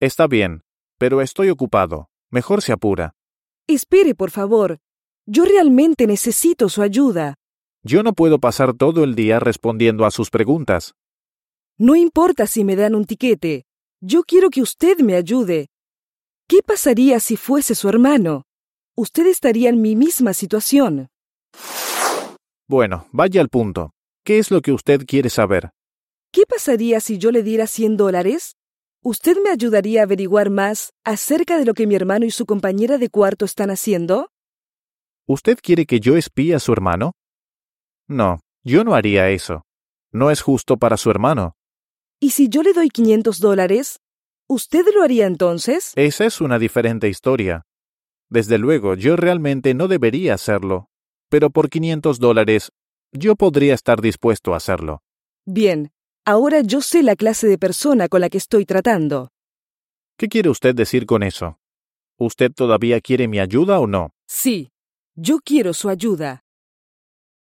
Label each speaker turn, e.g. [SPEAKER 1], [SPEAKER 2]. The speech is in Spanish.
[SPEAKER 1] Está bien, pero estoy ocupado. Mejor se apura.
[SPEAKER 2] Espere, por favor. Yo realmente necesito su ayuda.
[SPEAKER 1] Yo no puedo pasar todo el día respondiendo a sus preguntas.
[SPEAKER 2] No importa si me dan un tiquete. Yo quiero que usted me ayude. ¿Qué pasaría si fuese su hermano? Usted estaría en mi misma situación.
[SPEAKER 1] Bueno, vaya al punto. ¿Qué es lo que usted quiere saber?
[SPEAKER 2] ¿Qué pasaría si yo le diera 100 dólares? ¿Usted me ayudaría a averiguar más acerca de lo que mi hermano y su compañera de cuarto están haciendo?
[SPEAKER 1] ¿Usted quiere que yo espíe a su hermano? No, yo no haría eso. No es justo para su hermano.
[SPEAKER 2] ¿Y si yo le doy 500 dólares? ¿Usted lo haría entonces?
[SPEAKER 1] Esa es una diferente historia. Desde luego, yo realmente no debería hacerlo. Pero por 500 dólares, yo podría estar dispuesto a hacerlo.
[SPEAKER 2] Bien, ahora yo sé la clase de persona con la que estoy tratando.
[SPEAKER 1] ¿Qué quiere usted decir con eso? ¿Usted todavía quiere mi ayuda o no?
[SPEAKER 2] Sí, yo quiero su ayuda.